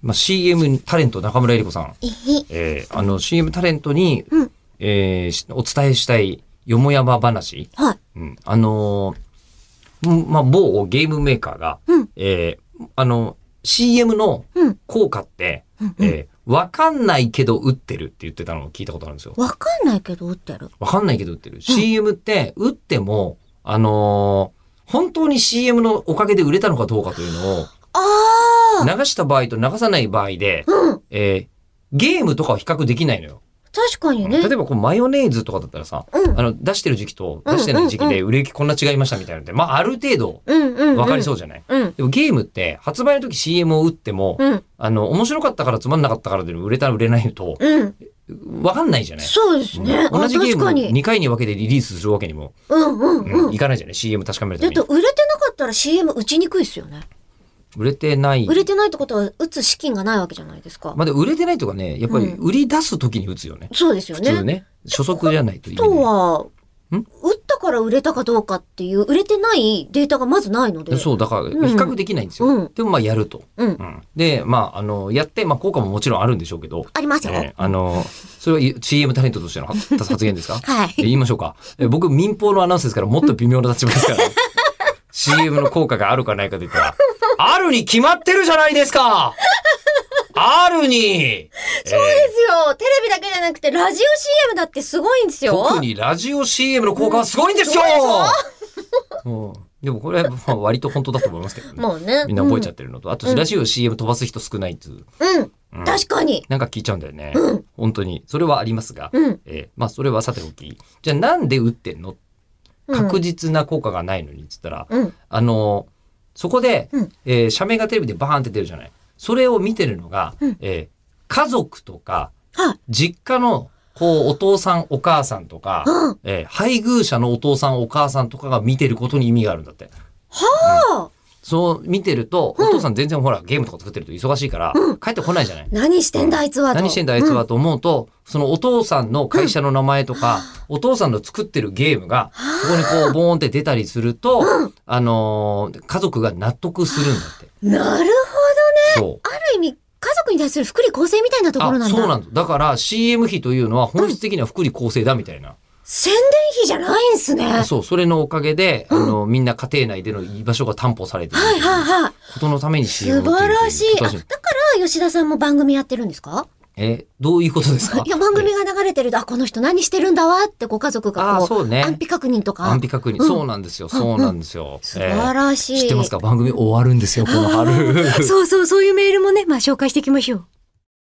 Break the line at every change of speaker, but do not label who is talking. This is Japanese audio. まあ、CM タレント中村江里子さん、
えへ
えーあの CM タレントに、
うん
えーしお伝えしたいよもやま話、
はい。
うん、あのーうんまあ、某ゲームメーカーが、
うん
えーあの CM の
うん
効果って、
うんうん
えーわかんないけど打ってるって言ってたのを聞いたことあるんですよ。
わかんないけど打ってる。
わかんないけど打ってる。CM って打っても、あのー本当に CM のおかげで売れたのかどうかというのを、
ああ
流した場合と流さない場合で、
うん
えーゲームとかは比較できないのよ。
確かにね。
例えばこうマヨネーズとかだったらさ、
うん
あの出してる時期と出してない時期で売れ行きこんな違いましたみたいなのって、まあある程度
うんうん、うん。。
分かりそううじゃない、
うん。
でもゲームって発売の時 CM を打っても、
うん。
あの、面白かったからつまんなかったからで売れた売れないと、
うん。
分かんないじゃない、
そうですね。
同じ
あ
ゲーム
確
を
かに。
2回に分けてリリースするわけにも、
うんうん
うん
うん。
いかないじゃない ?CM 確かめる
だ
た
っ
め
て
に。
売れてなかったら CM 打ちにくいですよね。
売れてない。
売れてないってことは打つ資金がないわけじゃないですか。
まあ、でも売れてないとかね、やっぱり
うん
売り出す時に打つよね。
そうですよ
普通
ね。
ね。初速じゃないと意味
と
ない。
は、
ん
打ったから売れたかどうかっていう、売れてないデータがまずないので。
そう、だから、比
ん
較できないんですよ。
うん
でも、まあ、やると。
うん
で、まあ、あの、やって、まあ、効果ももちろんあるんでしょうけど、
ありますよ。
ええあの、それは CM タレントとしての発発言ですか
は
え
い。
言いましょうか。え僕、民放のアナウンスですから、もっと微妙な立場ですから。CM の効果があるかないかで言ったら、あるに決まってるじゃないですかある にそう
で
です
よ。テレビだけじゃなくて、ラジオ CM だってすごいんですよ。
特にラジオ CM の効果はすごいんですよ、うん、でもこれはまあ割と本当だと思いますけどね。
もう ね。
みんな覚えちゃ
っ
ってるのと、あとラジオ CM 飛ばす人少ないっていう、
た。うん。
うん
確かに。
なんか聞いちゃうんだよね、本当にそれはありますが、
うん。
えーまあそれはさておきじゃあなんで打ってんの
うん
確実な効果がないのにっつったら、
うん。
あのーそこで、
うん
えー社名がテレビでバーンって出るじゃないそれを見てるのが、
うん
えー家族とか
はい。
実家のこうお父さんお母さんとか、
うん。
えー配偶者のお父さんお母さんとかが見てることに意味があるんだって。
はあ。
そう見てると、
うん
お父さん全然ほらゲームとか作ってると忙しいから、帰ってこないじゃない。
何してんだあいつはと。
何してんだあいつはと思うと、そのお父さんの会社の名前とか、お父さんの作ってるゲームが、そこにこうボーンって出たりすると、あのー家族が納得するんだって。
うん。なるほど。
そう。
ある意味、家族に対する福利厚生みたいなところなん
あ
だ。
そうなんだ。だから CM 費というのは本質的には福利厚生だみたいな。
宣伝費じゃないんすね。はい
そう、それのおかげで、あの、みんな家庭内での居場所が担保されてる。
はいはい。
ことのために
素
CM を打って
晴
る
らしい。
と
あ、
う
だから吉田さんも番組やってるんですか
え、どういうことですか
いや、番組が流れてると、あ、この人何してるんだわってご家族
あ
が
あ、
こう、
そうね。
安否確認とか
安。否確認、
うん
そうなんですよ。そうなんですよ。
素晴
え
らし
え
い。
知ってますか番組終わるんですよ、この春。
そうそう、そういうメールもね、まあ紹介していきましょう。